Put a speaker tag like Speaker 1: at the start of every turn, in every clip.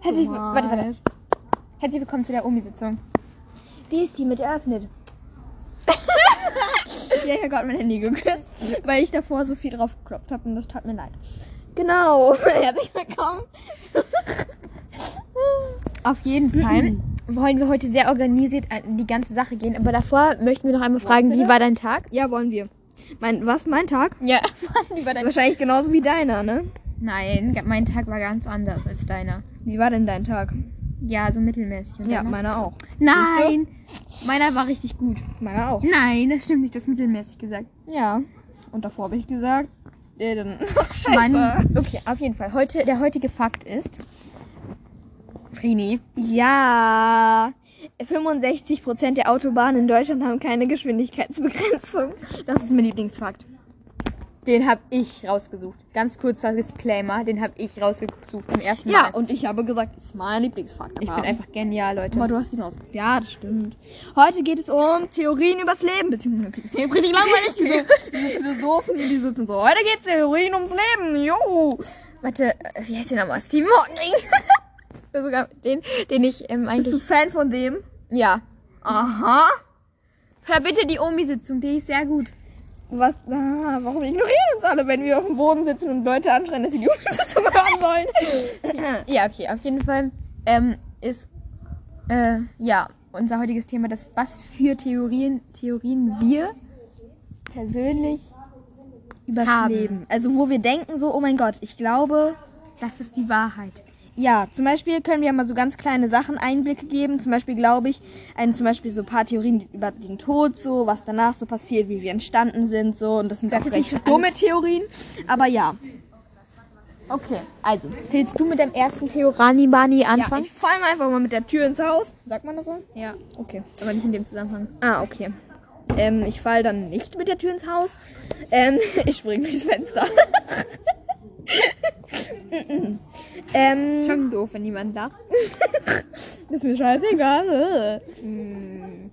Speaker 1: Herzlich, warte, warte. Herzlich willkommen zu der Omi-Sitzung.
Speaker 2: Die ist hiermit eröffnet.
Speaker 1: Ja, ich habe gerade mein Handy geküsst, weil ich davor so viel drauf geklopft habe und das tat mir leid.
Speaker 2: Genau. Herzlich willkommen.
Speaker 1: Auf jeden Fall wollen wir heute sehr organisiert an die ganze Sache gehen, aber davor möchten wir noch einmal fragen, wie war dein Tag?
Speaker 2: Ja, wollen wir. Mein, was? Mein Tag?
Speaker 1: Ja, Mann, wie war dein Tag?
Speaker 2: Wahrscheinlich genauso wie deiner, ne?
Speaker 1: Nein, mein Tag war ganz anders als deiner.
Speaker 2: Wie war denn dein Tag?
Speaker 1: Ja, so mittelmäßig. Und
Speaker 2: Ja,
Speaker 1: deiner?
Speaker 2: meiner auch.
Speaker 1: Nein, meiner war richtig gut.
Speaker 2: Meiner auch.
Speaker 1: Nein, das stimmt nicht, du hast mittelmäßig gesagt.
Speaker 2: Ja. Und davor habe ich gesagt. Nee, dann. Ach, scheiße.
Speaker 1: Mann. Okay, auf jeden Fall. Heute, der heutige Fakt ist. Frini.
Speaker 2: Ja. 65% der Autobahnen in Deutschland haben keine Geschwindigkeitsbegrenzung. Das ist mein Lieblingsfakt.
Speaker 1: Den habe ich rausgesucht. Ganz kurzer Disclaimer, den habe ich rausgesucht zum ersten
Speaker 2: Ja,
Speaker 1: Mal.
Speaker 2: und ich habe gesagt, es ist mein Lieblingsfakt.
Speaker 1: Ich bin
Speaker 2: Aber-
Speaker 1: einfach genial, Leute.
Speaker 2: Aber du hast ihn ausgesucht. Ja, das stimmt. Heute geht es um Theorien übers Leben. Beziehungsweise, okay, das klingt richtig langweilig. Diese- Diese Philosophen, die sitzen so. Heute geht es Theorien ums Leben. Jo.
Speaker 1: Warte, äh, wie heißt der nochmal? Steve Hawking. Das war sogar den, den ich ähm,
Speaker 2: Bist du
Speaker 1: eigentlich.
Speaker 2: Fan von dem?
Speaker 1: Ja.
Speaker 2: Aha.
Speaker 1: Hör bitte die Omi-Sitzung, die ist sehr gut.
Speaker 2: Was? Ah, warum ignorieren uns alle, wenn wir auf dem Boden sitzen und Leute anschreien, dass sie die Umsetzung hören sollen?
Speaker 1: Ja, okay, auf jeden Fall ähm, ist äh, ja unser heutiges Thema das, was für Theorien, Theorien wir persönlich,
Speaker 2: Übers
Speaker 1: Haben.
Speaker 2: Leben. Also wo wir denken so, oh mein Gott, ich glaube,
Speaker 1: das ist die Wahrheit.
Speaker 2: Ja, zum Beispiel können wir mal so ganz kleine Sachen Einblicke geben. Zum Beispiel glaube ich, ein, zum Beispiel so ein paar Theorien über den Tod, so was danach so passiert, wie wir entstanden sind, so. Und das sind
Speaker 1: Das
Speaker 2: auch
Speaker 1: ist nicht
Speaker 2: recht
Speaker 1: schon
Speaker 2: dumme Theorien. Aber ja.
Speaker 1: Okay, also, willst du mit dem ersten Theoranibani
Speaker 2: ja
Speaker 1: anfangen?
Speaker 2: ich fall mal einfach mal mit der Tür ins Haus. Sagt man das so?
Speaker 1: Ja,
Speaker 2: Okay.
Speaker 1: aber nicht in dem Zusammenhang.
Speaker 2: Ah, okay. Ähm, ich fall dann nicht mit der Tür ins Haus. Ähm, ich spring durchs Fenster. Mm-mm. ähm,
Speaker 1: Schon doof, wenn niemand lacht.
Speaker 2: ist mir scheißegal. äh.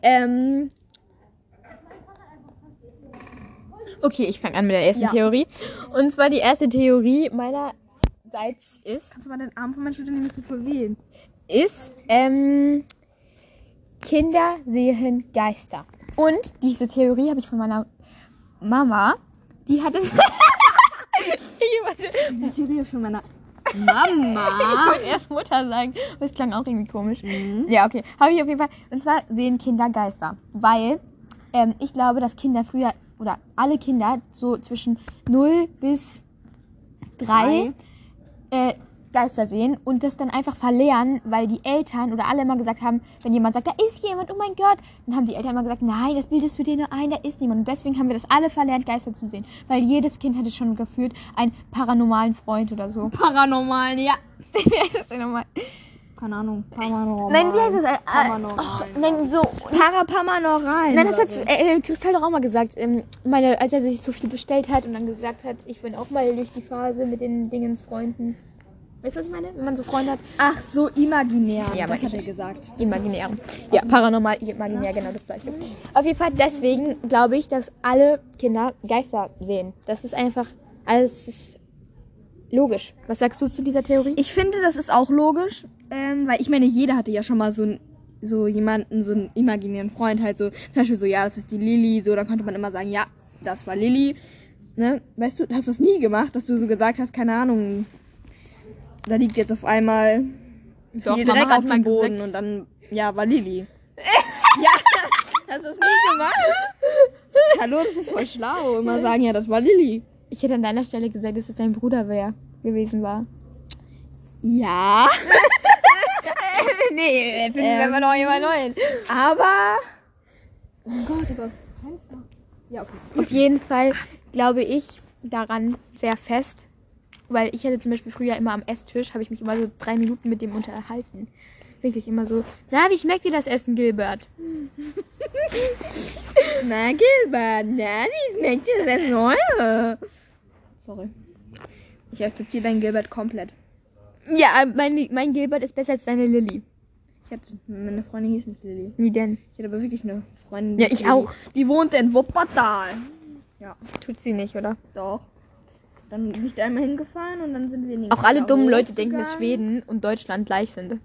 Speaker 2: Ähm,
Speaker 1: Okay, ich fange an mit der ersten
Speaker 2: Ja.
Speaker 1: Theorie. Und zwar die erste Theorie meinerseits ist,
Speaker 2: kannst du mal den Arm von meinem Schulter nehmen, ist so verwehen.
Speaker 1: ist, ähm, Kinder sehen Geister. Und diese Theorie habe ich von meiner Mama. Die hat es. ich wollte, ich
Speaker 2: Die Theorie von meiner Mama.
Speaker 1: wollte erst Mutter sagen, aber es klang auch irgendwie komisch. Ja, okay. Habe ich auf jeden Fall. Und zwar sehen Kinder Geister. Weil ähm, ich glaube, dass Kinder früher oder alle Kinder so zwischen 0 bis 3 äh, Geister sehen und das dann einfach verlernen, weil die Eltern oder alle immer gesagt haben, wenn jemand sagt, da ist jemand, oh mein Gott, dann haben die Eltern immer gesagt, nein, das bildest du dir nur ein, da ist niemand. Und deswegen haben wir das alle verlernt, Geister zu sehen. Weil jedes Kind hatte schon gefühlt einen paranormalen Freund oder so.
Speaker 2: Paranormalen, ja.
Speaker 1: wie heißt das denn nochmal?
Speaker 2: Keine Ahnung. Paranormal.
Speaker 1: Nein, wie heißt das? Äh, äh,
Speaker 2: Paranormal.
Speaker 1: ach, nein, so.
Speaker 2: Parapamanoral.
Speaker 1: Nein, das hat äh, Kristall doch auch mal gesagt. Ähm, meine, als er sich so viel bestellt hat und dann gesagt hat, ich bin auch mal durch die Phase mit den Dingens Freunden. Weißt du, was ich meine? Wenn man so Freunde hat.
Speaker 2: Ach so, imaginär.
Speaker 1: Ja,
Speaker 2: das
Speaker 1: mein
Speaker 2: hat
Speaker 1: ich.
Speaker 2: er gesagt.
Speaker 1: Imaginär. Ja, paranormal, imaginär, genau das gleiche. Auf jeden Fall deswegen glaube ich, dass alle Kinder Geister sehen. Das ist einfach, alles ist logisch. Was sagst du zu dieser Theorie?
Speaker 2: Ich finde, das ist auch logisch, ähm, weil ich meine, jeder hatte ja schon mal so ein so jemanden, so einen imaginären Freund halt so, zum Beispiel so, ja, das ist die Lilly, so, dann konnte man immer sagen, ja, das war Lilly, ne, weißt du, hast du das nie gemacht, dass du so gesagt hast, keine Ahnung, da liegt jetzt auf einmal
Speaker 1: Doch,
Speaker 2: viel
Speaker 1: Mama
Speaker 2: Dreck
Speaker 1: hat
Speaker 2: auf
Speaker 1: mal
Speaker 2: dem Boden
Speaker 1: gesagt-
Speaker 2: und dann, ja, war Lilly. ja, hast du das nie gemacht? Hallo, das ist voll schlau, immer sagen, ja, das war Lilly.
Speaker 1: Ich hätte an deiner Stelle gesagt, dass es dein Bruder wäre, gewesen war.
Speaker 2: Ja.
Speaker 1: Äh, nee, finden
Speaker 2: wir immer
Speaker 1: noch jemand neuen.
Speaker 2: Aber.
Speaker 1: Auf jeden Fall glaube ich daran sehr fest, weil ich hatte zum Beispiel früher immer am Esstisch, habe ich mich immer so drei Minuten mit dem unterhalten. Wirklich immer so, na, wie schmeckt dir das Essen, Gilbert?
Speaker 2: Na, Gilbert, na, wie schmeckt dir das Neue? Sorry. Ich akzeptiere deinen Gilbert komplett.
Speaker 1: Ja, äh, mein, mein Gilbert ist besser als deine Lilly.
Speaker 2: Ich hatte, meine Freundin hieß nicht Lilly.
Speaker 1: Wie denn?
Speaker 2: Ich hatte aber wirklich eine Freundin.
Speaker 1: Ja,
Speaker 2: die-
Speaker 1: ich auch.
Speaker 2: Die wohnte in Wuppertal.
Speaker 1: Tut sie nicht, oder?
Speaker 2: Doch. Dann bin ich da einmal hingefahren und dann sind wir in den
Speaker 1: Auch alle
Speaker 2: Klausi
Speaker 1: dummen Leute denken, dass
Speaker 2: gegangen.
Speaker 1: Schweden und Deutschland gleich sind.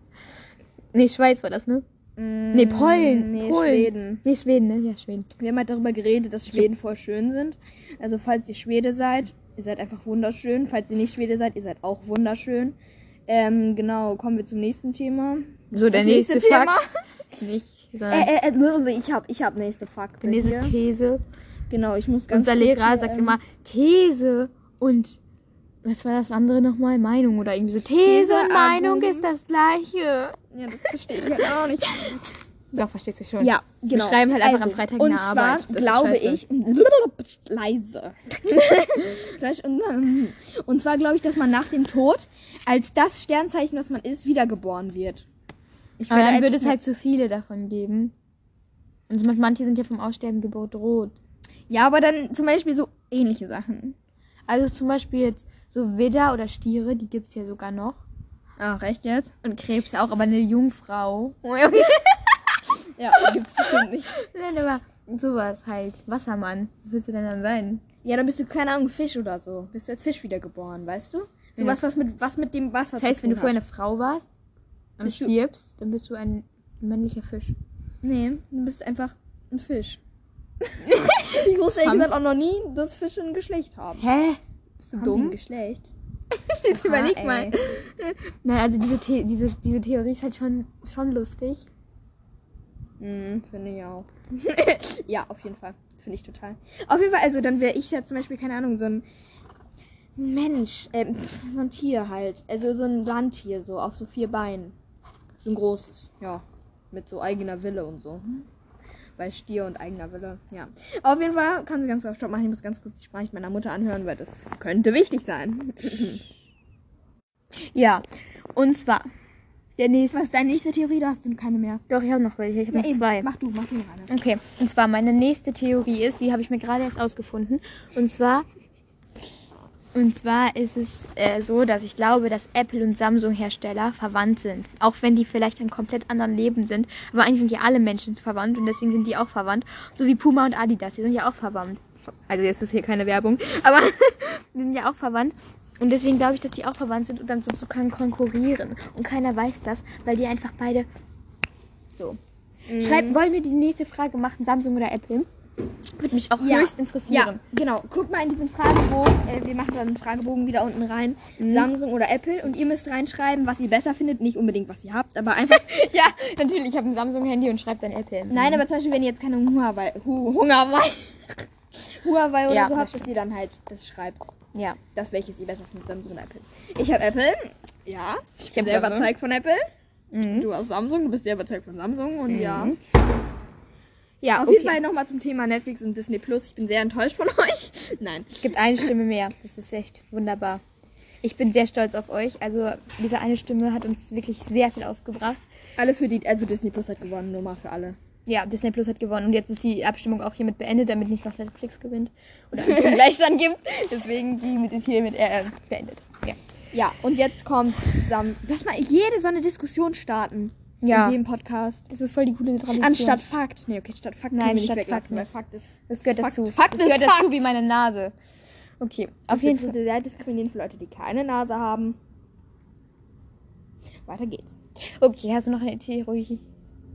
Speaker 1: Nee, Schweiz war das, ne?
Speaker 2: Mm,
Speaker 1: Nee, Polen.
Speaker 2: Nee,
Speaker 1: Polen.
Speaker 2: Schweden.
Speaker 1: Nee, Schweden, ne? Ja, Schweden.
Speaker 2: Wir haben halt darüber geredet, dass Schweden voll schön sind. Also falls ihr Schwede seid, ihr seid einfach wunderschön. Falls ihr nicht Schwede seid, ihr seid auch wunderschön. Ähm, genau, kommen wir zum nächsten Thema.
Speaker 1: So, der
Speaker 2: Das
Speaker 1: nächste,
Speaker 2: nächste Thema.
Speaker 1: Fakt. Nicht, sondern
Speaker 2: Äh, äh, äh, ich hab, ich hab nächste Fakte
Speaker 1: die nächste
Speaker 2: hier.
Speaker 1: These.
Speaker 2: Genau, ich muss ganz
Speaker 1: Unser
Speaker 2: kurz
Speaker 1: Lehrer
Speaker 2: hier,
Speaker 1: sagt
Speaker 2: ähm,
Speaker 1: immer These und was war das andere nochmal? Meinung oder irgendwie so. These
Speaker 2: These,
Speaker 1: und Meinung
Speaker 2: Argument.
Speaker 1: ist das gleiche.
Speaker 2: Ja, das verstehe ich halt auch nicht.
Speaker 1: Doch, verstehst du schon.
Speaker 2: Ja, genau.
Speaker 1: Wir schreiben halt einfach am Freitag
Speaker 2: und
Speaker 1: eine
Speaker 2: zwar
Speaker 1: Arbeit. Das ist
Speaker 2: glaube
Speaker 1: scheiße.
Speaker 2: ich, leise. Sag ich, und, ähm, und zwar glaube ich, dass man nach dem Tod als das Sternzeichen, was man ist, wiedergeboren wird. Ich
Speaker 1: Aber
Speaker 2: werde
Speaker 1: dann
Speaker 2: als-
Speaker 1: würde es halt zu viele davon geben. Und zum Beispiel manche sind ja vom Aussterben bedroht.
Speaker 2: Ja, aber dann zum Beispiel so ähnliche Sachen.
Speaker 1: Also zum Beispiel jetzt so Widder oder Stiere, die gibt's ja sogar noch.
Speaker 2: Ach, echt Ah, jetzt?
Speaker 1: Und Krebs auch, aber eine Jungfrau.
Speaker 2: Ja, gibt's bestimmt nicht.
Speaker 1: Nein, aber sowas halt. Wassermann. Was willst du denn dann sein?
Speaker 2: Ja, dann bist du, keine Ahnung, Fisch oder so. Bist du als Fisch wiedergeboren, weißt du? So
Speaker 1: Ja.
Speaker 2: was, was mit, was mit dem Wasser
Speaker 1: Das heißt, wenn du vorher eine Frau warst und
Speaker 2: Bist du-
Speaker 1: stirbst, dann bist du ein männlicher Fisch.
Speaker 2: Nee, du bist einfach ein Fisch. ich wusste ehrlich
Speaker 1: Haben-
Speaker 2: gesagt auch noch nie, dass Fische ein Geschlecht haben.
Speaker 1: Hä? Bist du
Speaker 2: Haben die ein
Speaker 1: dumm?
Speaker 2: Geschlecht?
Speaker 1: Jetzt überleg
Speaker 2: ey.
Speaker 1: mal. Nein, also diese, The diese, diese Theorie ist halt schon, schon lustig.
Speaker 2: Mhm, finde ich auch. ja, auf jeden Fall. Finde ich total. Auf jeden Fall, also dann wäre ich ja zum Beispiel, keine Ahnung, so ein Mensch, ähm, so ein Tier halt. Also so ein Landtier, so auf so vier Beinen. So ein großes, ja. Mit so eigener Wille und so. Bei Stier und eigener Wille, ja. Auf jeden Fall kann sie ganz auf Stopp machen. Ich muss ganz kurz die Sprache meiner Mutter anhören, weil das könnte wichtig sein.
Speaker 1: Ja. Und zwar. Der nächste.
Speaker 2: Was ist deine nächste Theorie? Du hast du keine mehr.
Speaker 1: Doch, ich habe noch welche. Ich habe noch
Speaker 2: eben.
Speaker 1: zwei.
Speaker 2: Mach du, mach du noch eine.
Speaker 1: Okay, und zwar meine nächste Theorie ist, die habe ich mir gerade erst ausgefunden. Und zwar, und zwar ist es äh, so, dass ich glaube, dass Apple und Samsung-Hersteller verwandt sind. Auch wenn die vielleicht in komplett anderen Leben sind. Aber eigentlich sind ja alle Menschen verwandt und deswegen sind die auch verwandt. So wie Puma und Adidas, die sind ja auch verwandt. Also jetzt ist hier keine Werbung, aber die sind ja auch verwandt. Und deswegen glaube ich, dass die auch verwandt sind und dann sozusagen konkurrieren. Und keiner weiß das, weil die einfach beide so. Schreibt, wollen wir die nächste Frage machen, Samsung oder Apple? Würde mich auch höchst interessieren.
Speaker 2: Ja, genau. Guckt mal in diesen Fragebogen. Äh, wir machen dann einen Fragebogen wieder unten rein.
Speaker 1: Mhm.
Speaker 2: Samsung oder Apple. Und ihr müsst reinschreiben, was ihr besser findet. Nicht unbedingt, was ihr habt, aber einfach.
Speaker 1: Ja, natürlich, ich habe ein Samsung-Handy und schreibt dann Apple.
Speaker 2: Nein, aber zum Beispiel, wenn ihr jetzt keine Huawei, Hu Hungerwei, Huawei oder
Speaker 1: Ja,
Speaker 2: so
Speaker 1: das
Speaker 2: habt, dass ihr dann halt das schreibt.
Speaker 1: Ja.
Speaker 2: Das, welches ihr besser findet, Samsung oder Apple. Ich habe Apple. Ja. Ich bin
Speaker 1: hab
Speaker 2: sehr
Speaker 1: Samsung.
Speaker 2: überzeugt von Apple.
Speaker 1: Mhm.
Speaker 2: Du hast Samsung, du bist sehr überzeugt von Samsung. Und ja.
Speaker 1: Ja,
Speaker 2: Auf jeden Fall nochmal zum Thema Netflix und Disney Plus. Ich bin sehr enttäuscht von euch. Nein.
Speaker 1: Es gibt eine Stimme mehr. Das ist echt wunderbar. Ich bin sehr stolz auf euch. Also, diese eine Stimme hat uns wirklich sehr viel aufgebracht.
Speaker 2: Alle für die, also Disney Plus hat gewonnen, nur mal für alle.
Speaker 1: Ja, Disney Plus hat gewonnen und jetzt ist die Abstimmung auch hiermit beendet, damit nicht noch Netflix gewinnt oder es einen Gleichstand gibt. Deswegen, die ist hiermit äh, beendet. Ja.
Speaker 2: Ja, und jetzt kommt zusammen. Lass mal jede so eine Diskussion starten. In jedem Podcast.
Speaker 1: Das ist voll die coole Tradition.
Speaker 2: Anstatt Fakt. Nee, okay, statt Fakt
Speaker 1: Nein,
Speaker 2: können wir
Speaker 1: statt
Speaker 2: nicht weglassen,
Speaker 1: Fakt
Speaker 2: weil
Speaker 1: nicht.
Speaker 2: Fakt ist.
Speaker 1: Das gehört
Speaker 2: Fakt-
Speaker 1: dazu.
Speaker 2: Fakt
Speaker 1: das
Speaker 2: ist
Speaker 1: gehört dazu
Speaker 2: Fakt.
Speaker 1: wie meine Nase. Okay, auf jeden Fall.
Speaker 2: sehr diskriminierend für Leute, die keine Nase haben. Weiter geht's.
Speaker 1: Okay, hast du noch eine Theorie?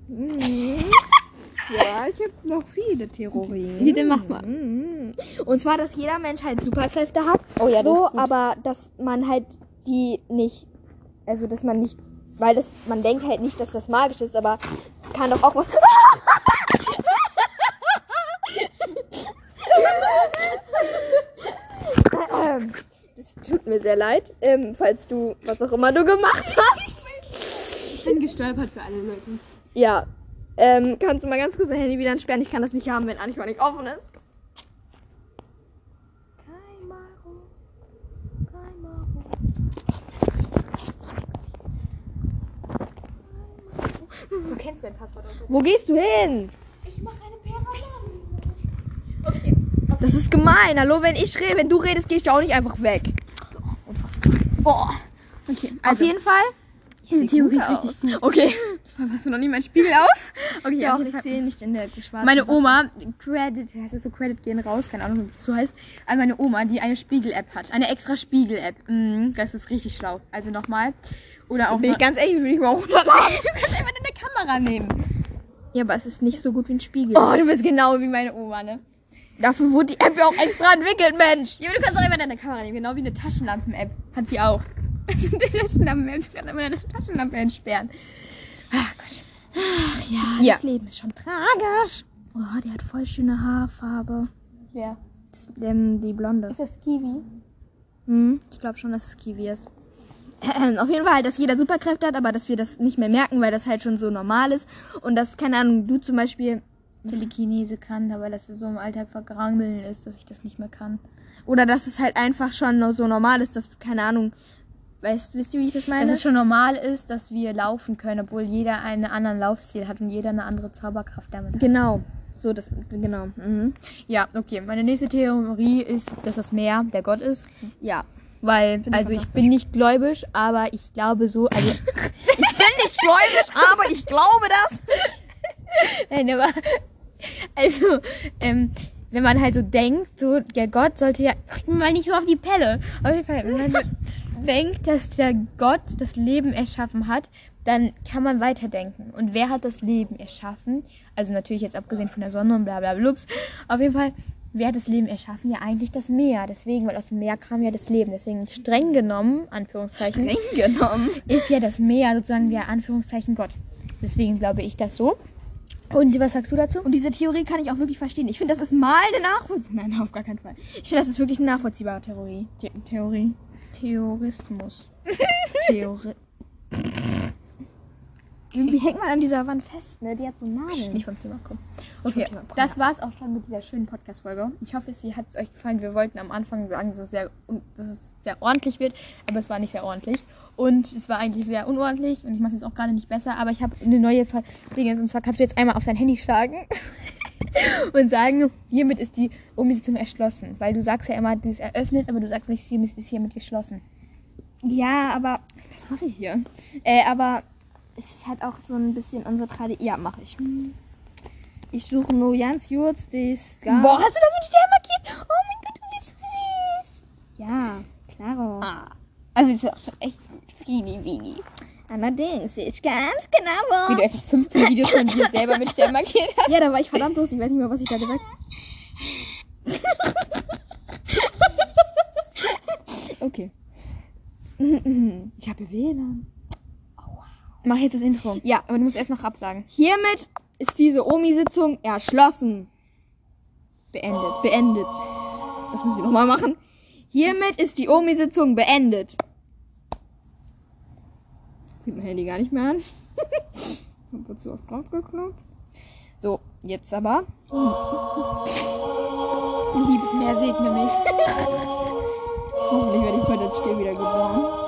Speaker 2: Ja, ich habe noch viele Theorien.
Speaker 1: Die, dann mach mal.
Speaker 2: Mhm. Und zwar, dass jeder Mensch halt Superkräfte hat.
Speaker 1: Oh ja, das
Speaker 2: so,
Speaker 1: ist gut.
Speaker 2: aber dass man halt die nicht, also dass man nicht, weil das, man denkt halt nicht, dass das magisch ist, aber kann doch auch was. Ähm, Es tut mir sehr leid, ähm, falls du was auch immer du gemacht hast.
Speaker 1: Ich bin gestolpert für alle Leute.
Speaker 2: Ja. Ähm, kannst du mal ganz kurz dein Handy wieder entsperren? Ich kann das nicht haben, wenn Annika nicht offen ist.
Speaker 1: Du kennst mein Passwort auch.
Speaker 2: Wo gehst du hin?
Speaker 1: Ich mache eine Pyramide. Okay.
Speaker 2: Das ist gemein. Hallo, wenn ich rede, wenn du redest, gehe ich da auch nicht einfach weg. also Boah.
Speaker 1: Okay,
Speaker 2: Auf jeden Fall.
Speaker 1: diese Theorie
Speaker 2: Okay. Hast du noch nie meinen Spiegel auf?
Speaker 1: Okay,
Speaker 2: Ja,
Speaker 1: auf
Speaker 2: auch
Speaker 1: jeden
Speaker 2: nicht
Speaker 1: Fall.
Speaker 2: sehen, nicht in der schwarzen.
Speaker 1: Meine
Speaker 2: Sache.
Speaker 1: Oma, Credit, heißt das so, Credit gehen raus, keine Ahnung, wie das so heißt. Aber meine Oma, die eine Spiegel-App hat, eine extra Spiegel-App. Mhm, das ist richtig schlau. Also nochmal. Oder auch
Speaker 2: Bin
Speaker 1: noch,
Speaker 2: ich ganz ehrlich, würde ich mal 100 machen.
Speaker 1: Du kannst einfach in der Kamera nehmen.
Speaker 2: Ja, aber es ist nicht so gut wie ein Spiegel.
Speaker 1: Oh, du bist genau wie meine Oma, ne?
Speaker 2: Dafür wurde die App ja auch extra entwickelt, Mensch.
Speaker 1: Ja, aber du kannst auch immer deine Kamera nehmen, genau wie eine Taschenlampen-App. Hat sie auch. Also die Taschenlampen-App, du kannst immer deine Taschenlampe entsperren.
Speaker 2: Ja,
Speaker 1: Ja.
Speaker 2: das Leben ist schon tragisch. Oh, die hat voll schöne Haarfarbe.
Speaker 1: Ja.
Speaker 2: Das, ähm, die Blonde.
Speaker 1: Ist das Kiwi?
Speaker 2: Hm, ich glaube schon, dass es Kiwi ist. Auf jeden Fall halt, dass jeder Superkräfte hat, aber dass wir das nicht mehr merken, weil das halt schon so normal ist. Und dass, keine Ahnung, du zum Beispiel
Speaker 1: Telekinese kann, aber dass es so im Alltag vergrangeln ist, dass ich das nicht mehr kann.
Speaker 2: Oder dass es halt einfach schon noch so normal ist, dass, keine Ahnung, weißt, wisst ihr, wie ich das meine?
Speaker 1: Dass es schon normal ist, dass wir laufen können, obwohl jeder einen anderen Laufstil hat und jeder eine andere Zauberkraft damit hat.
Speaker 2: genau. So, das, genau. Mhm.
Speaker 1: Ja, okay. Meine nächste Theorie ist, dass das Meer der Gott ist.
Speaker 2: Ja.
Speaker 1: Weil, also Hm. ich bin nicht gläubig, aber ich glaube so, also
Speaker 2: Nicht gläubig, aber ich glaube das.
Speaker 1: Nein, aber also, ähm, wenn man halt so denkt, so der Gott sollte ja ich bin mal nicht so auf die Pelle. Auf jeden Fall, wenn man so denkt, dass der Gott das Leben erschaffen hat, dann kann man weiterdenken. Und wer hat das Leben erschaffen? Also natürlich jetzt abgesehen von der Sonne und bla bla blups. Auf jeden Fall, wer hat das Leben erschaffen? Ja, eigentlich das Meer. Deswegen, weil aus dem Meer kam ja das Leben. Deswegen streng genommen, Anführungszeichen,
Speaker 2: genommen.
Speaker 1: ist ja das Meer sozusagen der Anführungszeichen Gott. Deswegen glaube ich das so. Und was sagst du dazu?
Speaker 2: Und diese Theorie kann ich auch wirklich verstehen. Ich finde, das ist mal eine nachvollziehbare. Nein, auf gar keinen Fall. Ich finde, das ist wirklich eine nachvollziehbare Theorie. The Theorie.
Speaker 1: Theorismus.
Speaker 2: Theorie. Irgendwie hängt man an dieser Wand fest, ne? Die hat so Nadeln.
Speaker 1: Nicht vom Ah, Thema kommen. Okay,
Speaker 2: Thema kommen,
Speaker 1: das war's auch schon mit dieser schönen Podcast-Folge. Ich hoffe, es hat es euch gefallen. Wir wollten am Anfang sagen, dass es, sehr, dass es sehr ordentlich wird, aber es war nicht sehr ordentlich. Und es war eigentlich sehr unordentlich und ich mache es jetzt auch gerade nicht besser, aber ich habe eine neue Ver Dinge. Und zwar kannst du jetzt einmal auf dein Handy schlagen und sagen, hiermit ist die Umsetzung erschlossen. Weil du sagst ja immer, die ist eröffnet, aber du sagst nicht, sie ist hiermit geschlossen.
Speaker 2: Ja, aber. Was mache ich hier? Äh, aber es ist halt auch so ein bisschen unsere Tradition. Ja, mache ich. Ich suche nur ganz kurz das. Gar
Speaker 1: Boah, hast du das mit Stern markiert? Oh mein Gott, du bist so süß.
Speaker 2: Ja, klaro.
Speaker 1: Also das ist auch schon echt frini wini.
Speaker 2: Allerdings, ich ganz genau.
Speaker 1: Wie du einfach 15 Videos von dir selber mit Stern markiert hast.
Speaker 2: Ja, da war ich verdammt los. Ich weiß nicht mehr, was ich da gesagt habe. okay. Ich habe WLAN.
Speaker 1: Mach jetzt das Intro.
Speaker 2: Ja.
Speaker 1: Aber du musst erst noch absagen.
Speaker 2: Hiermit ist diese Omi-Sitzung erschlossen.
Speaker 1: Beendet.
Speaker 2: Beendet. Das müssen wir nochmal machen. Hiermit ist die Omi-Sitzung beendet. Sieht mein Handy gar nicht mehr an. Ich hab wozu oft drauf geklopft. So, jetzt aber.
Speaker 1: Liebes Meer segne mich.
Speaker 2: Hoffentlich werde ich heute jetzt still wieder geboren.